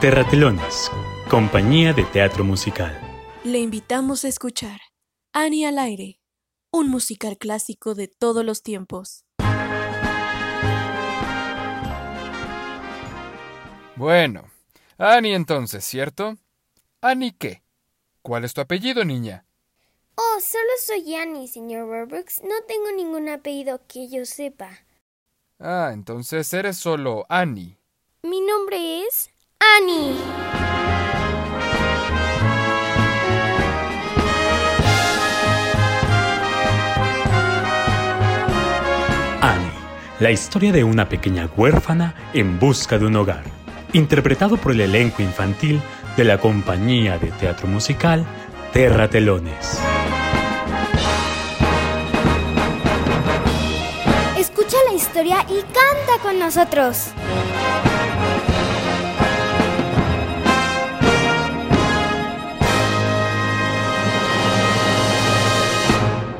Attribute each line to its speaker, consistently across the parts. Speaker 1: Terratelones, compañía de teatro musical.
Speaker 2: Le invitamos a escuchar Annie al aire, un musical clásico de todos los tiempos.
Speaker 3: Bueno, Annie entonces, ¿cierto? ¿Annie qué? ¿Cuál es tu apellido, niña?
Speaker 4: Oh, solo soy Annie, señor Warburgs. No tengo ningún apellido que yo sepa.
Speaker 3: Ah, entonces eres solo Annie.
Speaker 4: Mi nombre es Annie.
Speaker 1: Annie, la historia de una pequeña huérfana en busca de un hogar. Interpretado por el elenco infantil de la compañía de teatro musical Terratelones.
Speaker 4: Escucha la historia y canta con nosotros.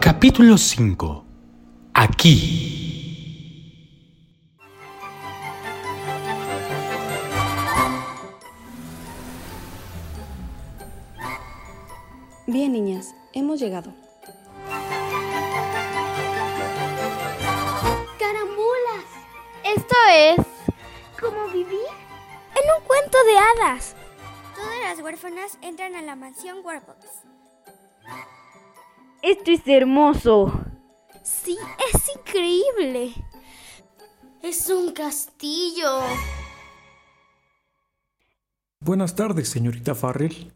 Speaker 1: Capítulo 5. Aquí.
Speaker 5: Bien, niñas, hemos llegado.
Speaker 4: ¡Carambolas! Esto es. ¿Cómo vivir? En un cuento de hadas. Todas las huérfanas entran a la mansión Warbox.
Speaker 6: Esto es hermoso.
Speaker 4: Sí, es increíble. Es un castillo.
Speaker 7: Buenas tardes, señorita Farrell.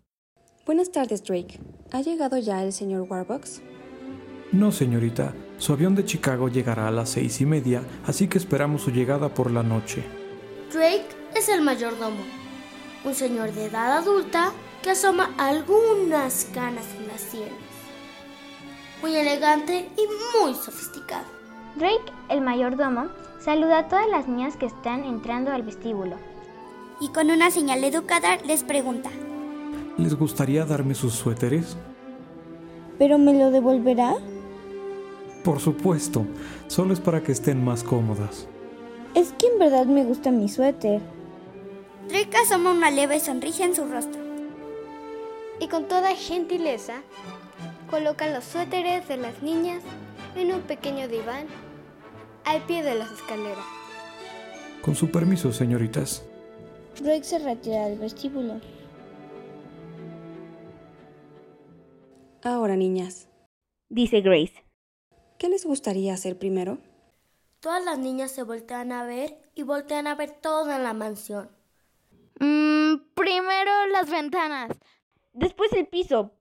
Speaker 5: Buenas tardes, Drake. ¿Ha llegado ya el señor Warbucks?
Speaker 7: No, señorita. Su avión de Chicago llegará a las seis y media, así que esperamos su llegada por la noche.
Speaker 8: Drake es el mayordomo, un señor de edad adulta que asoma algunas canas en las sienes. Muy elegante y muy sofisticado.
Speaker 9: Drake, el mayordomo, saluda a todas las niñas que están entrando al vestíbulo.
Speaker 4: Y con una señal educada les pregunta.
Speaker 7: ¿Les gustaría darme sus suéteres?
Speaker 6: ¿Pero me lo devolverá?
Speaker 7: Por supuesto, solo es para que estén más cómodas.
Speaker 6: Es que en verdad me gusta mi suéter.
Speaker 4: Drake asoma una leve sonrisa en su rostro.
Speaker 10: Y con toda gentileza, colocan los suéteres de las niñas en un pequeño diván al pie de las escaleras.
Speaker 7: Con su permiso, señoritas.
Speaker 6: Drake se retira del vestíbulo.
Speaker 5: Ahora, niñas,
Speaker 6: dice Grace.
Speaker 5: ¿qué les gustaría hacer primero?
Speaker 8: Todas las niñas se voltean a ver y voltean a ver toda la mansión.
Speaker 10: Mm, primero las ventanas.
Speaker 6: Después el piso,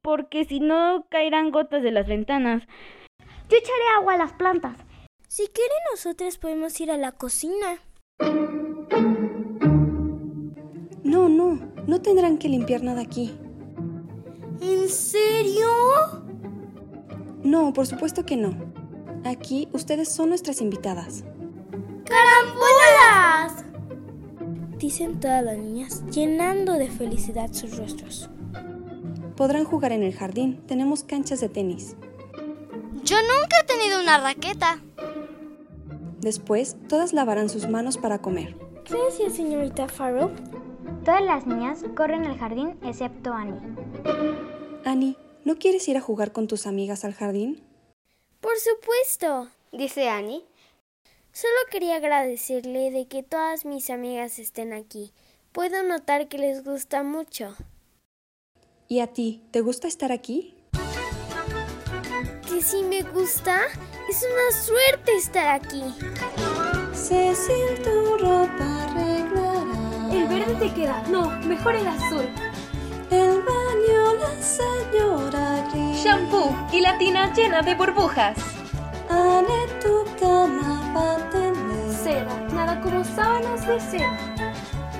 Speaker 6: porque si no caerán gotas de las ventanas.
Speaker 10: Yo echaré agua a las plantas.
Speaker 4: Si quieren, nosotras podemos ir a la cocina.
Speaker 5: No, no, no tendrán que limpiar nada aquí.
Speaker 8: ¿En serio?
Speaker 5: No, por supuesto que no. Aquí ustedes son nuestras invitadas.
Speaker 8: ¡Carambolas!
Speaker 4: Dicen todas las niñas, llenando de felicidad sus rostros.
Speaker 5: Podrán jugar en el jardín, tenemos canchas de tenis.
Speaker 10: Yo nunca he tenido una raqueta.
Speaker 5: Después, todas lavarán sus manos para comer.
Speaker 4: Gracias, señorita Farrow.
Speaker 9: Todas las niñas corren al jardín excepto Annie.
Speaker 5: Annie, ¿no quieres ir a jugar con tus amigas al jardín?
Speaker 4: Por supuesto,
Speaker 10: Dice Annie.
Speaker 4: Solo quería agradecerle de que todas mis amigas estén aquí. Puedo notar que les gusta mucho.
Speaker 5: ¿Y a ti, te gusta estar aquí?
Speaker 4: ¿Que si me gusta? Es una suerte estar aquí.
Speaker 5: Cecil, tu ropa arreglará.
Speaker 6: El verde te queda. No, mejor el azul.
Speaker 5: El baño la señora gris.
Speaker 11: Shampoo y la tina llena de burbujas.
Speaker 5: Haré tu cama para tener.
Speaker 6: Seda, nada como sábanas de seda.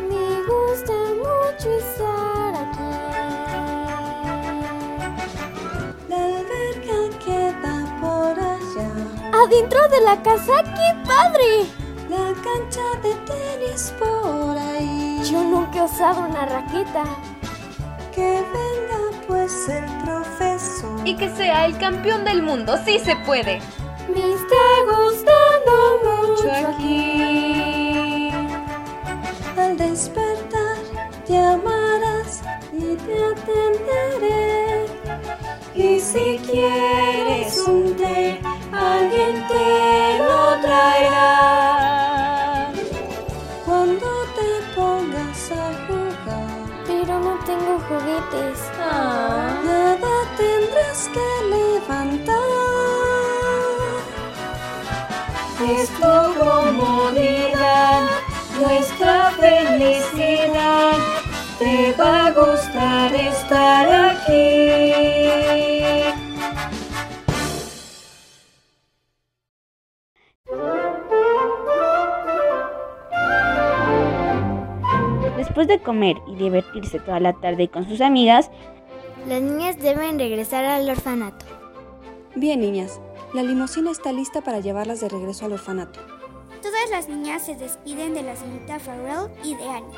Speaker 4: Me gusta mucho estar aquí.
Speaker 5: La alberca queda por allá.
Speaker 4: Adentro de la casa, qué padre.
Speaker 5: La cancha de tenis por ahí.
Speaker 4: Yo nunca he usado una raqueta.
Speaker 5: Que venga pues el profesor.
Speaker 11: Y que sea el campeón del mundo, sí se puede.
Speaker 4: Me está gustando mucho
Speaker 5: Al despertar
Speaker 12: tu comodidad, nuestra felicidad. Te va a gustar estar aquí.
Speaker 6: Después de comer y divertirse toda la tarde con sus amigas,
Speaker 10: Las niñas deben regresar al orfanato.
Speaker 5: Bien, niñas, la limusina está lista para llevarlas de regreso al orfanato.
Speaker 4: Todas las niñas se despiden de la señorita Farrell y de Annie.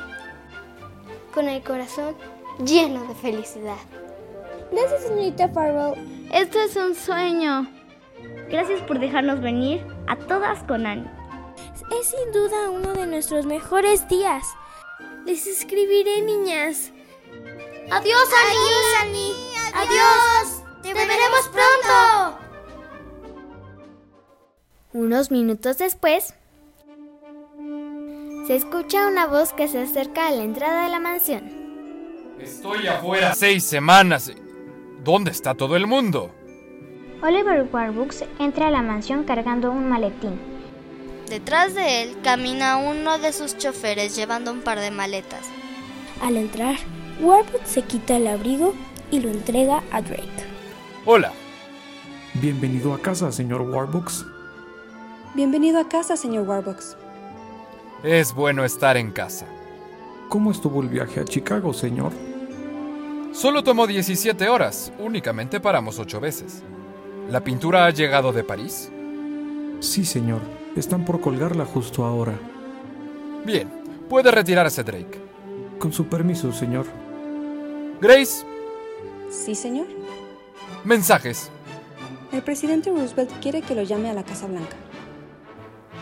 Speaker 10: Con el corazón lleno de felicidad. Gracias, señorita Farrell. Esto es un sueño.
Speaker 6: gracias por dejarnos venir a todas con Annie.
Speaker 8: Es sin duda uno de nuestros mejores días. Les escribiré, niñas. Adiós, Ani. Adiós, Adiós. Te, veremos pronto.
Speaker 10: Unos minutos después, se escucha una voz que se acerca a la entrada de la mansión.
Speaker 3: Estoy afuera seis semanas. ¿Dónde está todo el mundo?
Speaker 9: Oliver Warbucks entra a la mansión cargando un maletín.
Speaker 13: Detrás de él camina uno de sus choferes llevando un par de maletas.
Speaker 14: Al entrar, Warwood se quita el abrigo y lo entrega a Drake.
Speaker 3: Hola.
Speaker 7: Bienvenido a casa, señor Warbucks.
Speaker 5: Bienvenido a casa, señor Warbucks.
Speaker 3: Es bueno estar en casa.
Speaker 7: ¿Cómo estuvo el viaje a Chicago, señor?
Speaker 3: Solo tomó 17 horas, únicamente paramos ocho veces. ¿La pintura ha llegado de París?
Speaker 7: Sí, señor. Están por colgarla justo ahora.
Speaker 3: Bien, puede retirarse Drake.
Speaker 7: Con su permiso, señor.
Speaker 3: Grace,
Speaker 5: Sí, señor.
Speaker 3: mensajes.
Speaker 5: El presidente Roosevelt quiere que lo llame a la Casa Blanca.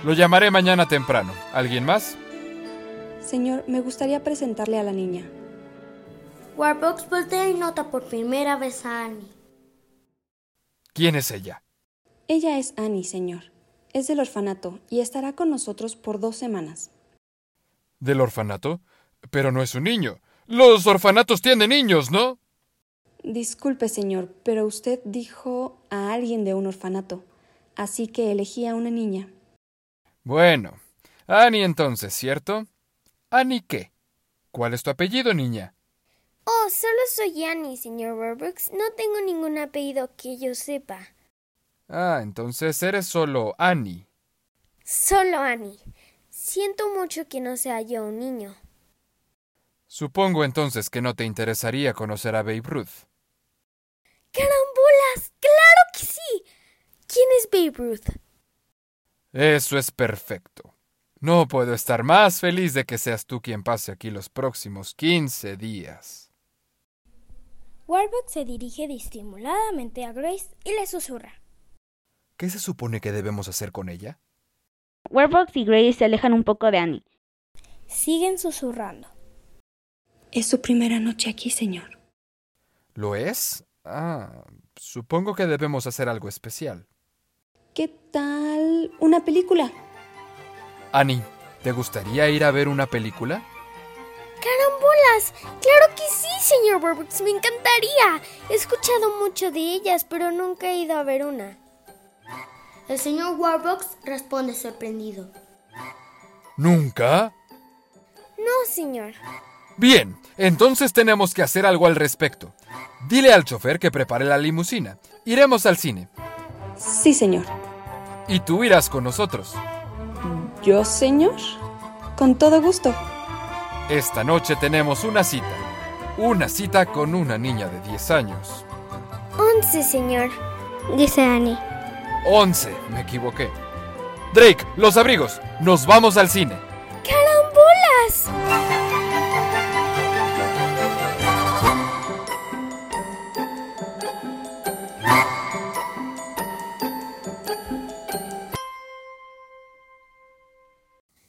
Speaker 3: Lo llamaré mañana temprano. ¿Alguien más?
Speaker 5: Señor, me gustaría presentarle a la niña.
Speaker 8: Warbox voltea y nota por primera vez a Annie.
Speaker 3: ¿Quién es ella?
Speaker 5: Ella es Annie, señor. Es del orfanato y estará con nosotros por dos semanas.
Speaker 3: ¿Del orfanato? Pero no es un niño. Los orfanatos tienen niños, ¿no?
Speaker 5: Disculpe, señor, pero usted dijo a alguien de un orfanato, así que elegí a una niña.
Speaker 3: Bueno. Annie entonces, ¿cierto? ¿Annie qué? ¿Cuál es tu apellido, niña?
Speaker 15: Oh, solo soy Annie, señor Warbucks. No tengo ningún apellido que yo sepa.
Speaker 3: Ah, entonces eres solo Annie.
Speaker 15: Solo Annie. Siento mucho que no sea yo un niño.
Speaker 3: Supongo entonces que no te interesaría conocer a Babe Ruth.
Speaker 15: ¡Carambolas! ¡Claro que sí! ¿Quién es Babe Ruth?
Speaker 3: Eso es perfecto. No puedo estar más feliz de que seas tú quien pase aquí los próximos 15 días.
Speaker 14: Warbucks se dirige disimuladamente a Grace y le susurra.
Speaker 3: ¿Qué se supone que debemos hacer con ella?
Speaker 6: Warbox y Grace se alejan un poco de Annie.
Speaker 14: Siguen susurrando.
Speaker 5: Es su primera noche aquí, señor.
Speaker 3: ¿Lo es? Ah, supongo que debemos hacer algo especial.
Speaker 5: ¿Qué tal una película?
Speaker 3: Annie, ¿te gustaría ir a ver una película?
Speaker 15: ¡Carambolas! ¡Claro que sí, señor Warbucks! ¡Me encantaría! He escuchado mucho de ellas, pero nunca he ido a ver una.
Speaker 8: El señor Warbox responde sorprendido.
Speaker 3: ¿Nunca?
Speaker 15: No, señor.
Speaker 3: Bien, entonces tenemos que hacer algo al respecto. Dile al chofer que prepare la limusina. Iremos al cine.
Speaker 5: Sí, señor.
Speaker 3: Y tú irás con nosotros.
Speaker 5: ¿Yo, señor? Con todo gusto.
Speaker 3: Esta noche tenemos una cita. Una cita con una niña de 10 años.
Speaker 15: Once, señor.
Speaker 10: Dice Annie.
Speaker 3: 11, me equivoqué. Drake, los abrigos. Nos vamos al cine.
Speaker 15: ¡Carambolas!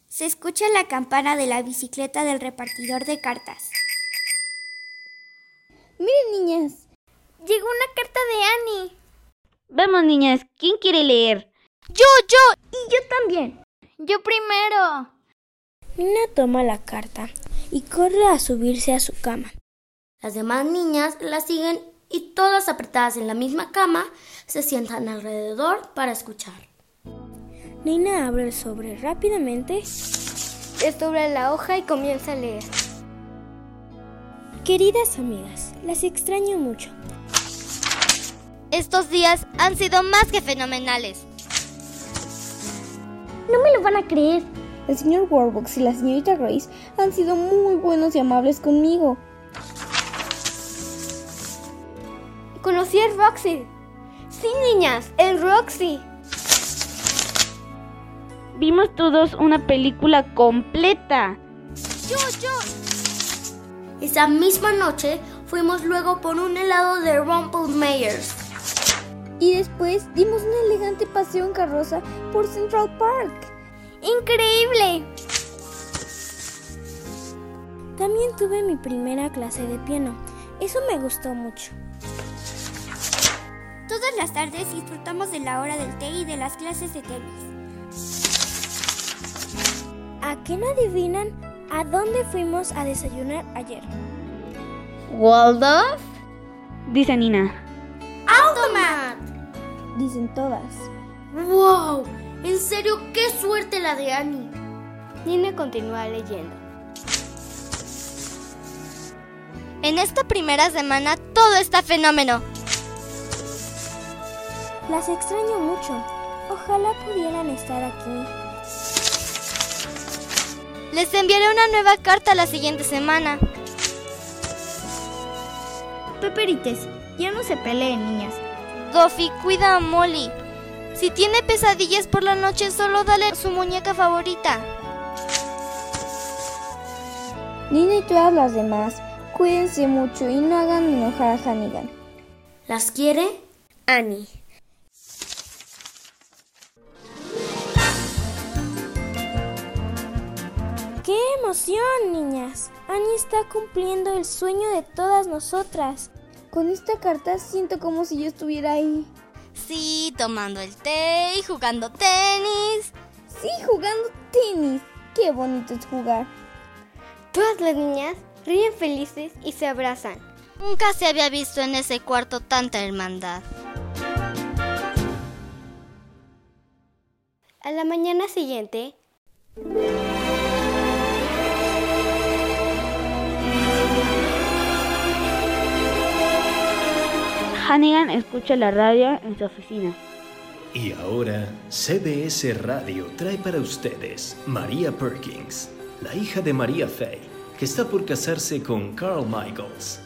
Speaker 4: Se escucha la campana de la bicicleta del repartidor de cartas.
Speaker 10: Miren, niñas.
Speaker 8: Llegó una carta de Annie.
Speaker 6: Vamos, niñas, ¿quién quiere leer?
Speaker 8: Yo, yo y yo también. Yo primero.
Speaker 14: Nina toma la carta y corre a subirse a su cama.
Speaker 8: Las demás niñas la siguen y todas apretadas en la misma cama se sientan alrededor para escuchar.
Speaker 16: Nina abre el sobre rápidamente.
Speaker 17: Desdobla la hoja y comienza a leer.
Speaker 16: Queridas amigas, las extraño mucho.
Speaker 4: Estos días han sido más que fenomenales.
Speaker 17: No me lo van a creer.
Speaker 18: El señor Warbox y la señorita Grace han sido muy buenos y amables conmigo.
Speaker 17: Conocí a Roxy. Sí, niñas, el Roxy.
Speaker 6: Vimos todos una película completa.
Speaker 19: Yo, yo. Esa misma noche fuimos luego por un helado de Rumpelmayers.
Speaker 18: Y después dimos un elegante paseo en carroza por Central Park.
Speaker 17: ¡Increíble!
Speaker 16: También tuve mi primera clase de piano. Eso me gustó mucho.
Speaker 20: Todas las tardes disfrutamos de la hora del té y de las clases de tenis.
Speaker 16: ¿A qué no adivinan a dónde fuimos a desayunar ayer?
Speaker 4: ¿Waldorf?
Speaker 6: Dice Nina.
Speaker 19: ¡Automat!
Speaker 18: Dicen todas.
Speaker 19: ¡Wow! En serio, qué suerte la de Annie.
Speaker 17: Nina continúa leyendo.
Speaker 4: En esta primera semana todo está fenómeno.
Speaker 16: Las extraño mucho. Ojalá pudieran estar aquí.
Speaker 4: Les enviaré una nueva carta la siguiente semana.
Speaker 17: Peperites, ya no se peleen, niñas.
Speaker 4: Goffy, cuida a Molly. Si tiene pesadillas por la noche, solo dale su muñeca favorita.
Speaker 18: Nina y todas las demás, cuídense mucho y no hagan enojar a Hannigan.
Speaker 19: ¿Las quiere?
Speaker 17: Annie.
Speaker 16: ¡Qué emoción, niñas! Annie está cumpliendo el sueño de todas nosotras.
Speaker 18: Con esta carta siento como si yo estuviera ahí.
Speaker 4: Sí, tomando el té y jugando tenis.
Speaker 18: Sí, jugando tenis. Qué bonito es jugar.
Speaker 17: Todas las niñas ríen felices y se abrazan.
Speaker 4: Nunca se había visto en ese cuarto tanta hermandad.
Speaker 17: A la mañana siguiente...
Speaker 6: Hannigan escucha la radio en su oficina.
Speaker 21: Y ahora, CBS Radio trae para ustedes María Perkins, la hija de María Fay, que está por casarse con Carl Michaels.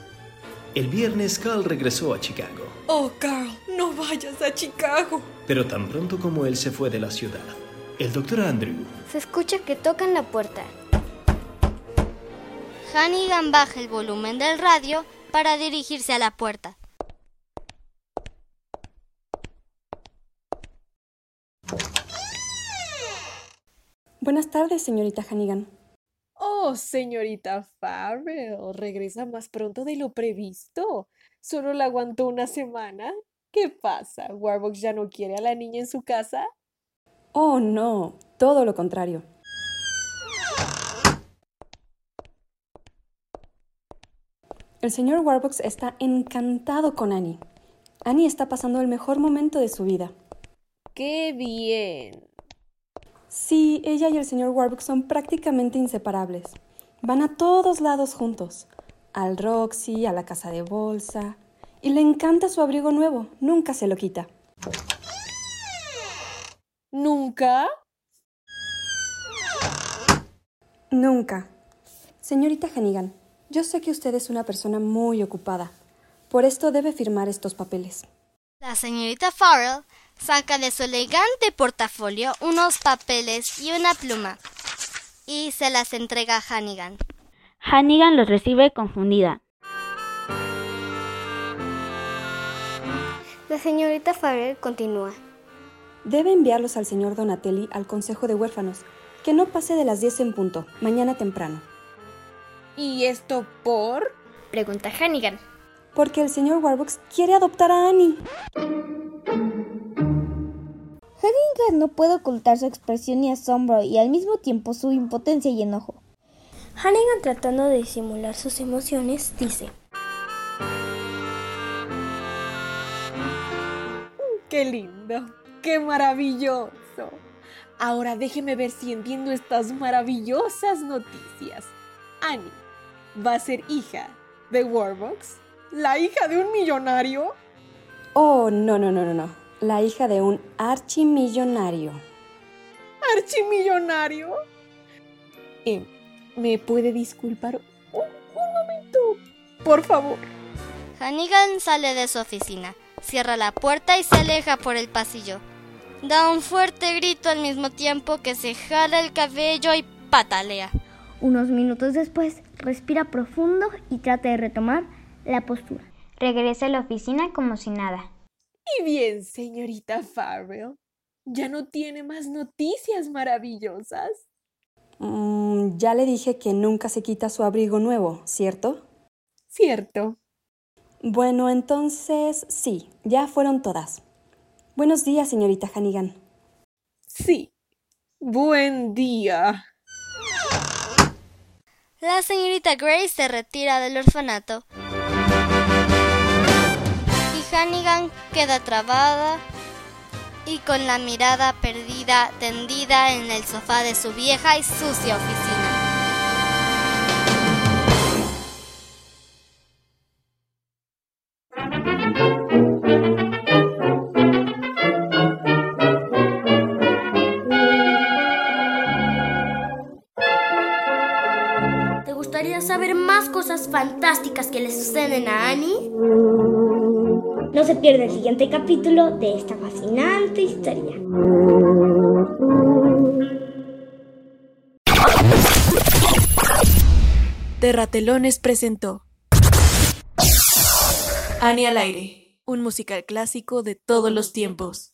Speaker 21: El viernes Carl regresó a Chicago.
Speaker 22: Oh, Carl, no vayas a Chicago.
Speaker 21: Pero tan pronto como él se fue de la ciudad, el doctor Andrew...
Speaker 17: Se escucha que tocan la puerta.
Speaker 4: Hannigan baja el volumen del radio para dirigirse a la puerta.
Speaker 5: Buenas tardes, señorita Hannigan.
Speaker 2: Oh, señorita Farrell, regresa más pronto de lo previsto. Solo la aguantó una semana. ¿Qué pasa? ¿Warbox ya no quiere a la niña en su casa?
Speaker 5: Oh, no, todo lo contrario. El señor Warbox está encantado con Annie. Annie está pasando el mejor momento de su vida.
Speaker 2: ¡Qué bien!
Speaker 5: Sí, ella y el señor Warbucks son prácticamente inseparables. Van a todos lados juntos. Al Roxy, a la casa de bolsa. Y le encanta su abrigo nuevo, nunca se lo quita.
Speaker 2: ¿Nunca?
Speaker 5: Nunca. Señorita Hannigan, yo sé que usted es una persona muy ocupada. Por esto debe firmar estos papeles.
Speaker 4: La señorita Farrell saca de su elegante portafolio unos papeles y una pluma y se las entrega a Hannigan.
Speaker 6: Hannigan los recibe confundida.
Speaker 17: La señorita Farrell continúa.
Speaker 5: Debe enviarlos al señor Donatelli al Consejo de Huérfanos, que no pase de las 10 en punto, mañana temprano.
Speaker 2: ¿Y esto por?
Speaker 17: Pregunta Hannigan.
Speaker 5: Porque el señor Warbucks quiere adoptar a Annie.
Speaker 18: Hannigan no puede ocultar su expresión y asombro y al mismo tiempo su impotencia y enojo.
Speaker 16: Hannigan tratando de disimular sus emociones dice
Speaker 2: ¡Qué lindo! ¡Qué maravilloso!
Speaker 5: Ahora déjeme ver si entiendo estas maravillosas noticias. Annie va a ser hija de Warbucks, la hija de un millonario.
Speaker 23: Oh, no, no, no, no, no. La hija de un archimillonario.
Speaker 5: ¿Archimillonario? Em, ¿Me puede disculpar un, un momento? Por favor.
Speaker 4: Hannigan sale de su oficina, cierra la puerta y se aleja por el pasillo. Da un fuerte grito al mismo tiempo que se jala el cabello y patalea.
Speaker 6: Unos minutos después, respira profundo y trata de retomar la postura. Regresa a la oficina como si nada.
Speaker 5: Y bien, señorita Farrell, ya no tiene más noticias maravillosas.
Speaker 23: Mm, ya le dije que nunca se quita su abrigo nuevo, ¿cierto?
Speaker 5: Cierto.
Speaker 23: Bueno, entonces sí, ya fueron todas. Buenos días, señorita Hannigan.
Speaker 5: Sí. Buen día.
Speaker 4: La señorita Grace se retira del orfanato. Y Hannigan queda trabada y con la mirada perdida tendida en el sofá de su vieja y sucia oficina.
Speaker 24: ¿Te gustaría saber más cosas fantásticas que le suceden a Annie?
Speaker 25: No se pierda el siguiente capítulo de esta fascinante historia.
Speaker 2: Terratelones presentó Annie al aire, un musical clásico de todos los tiempos.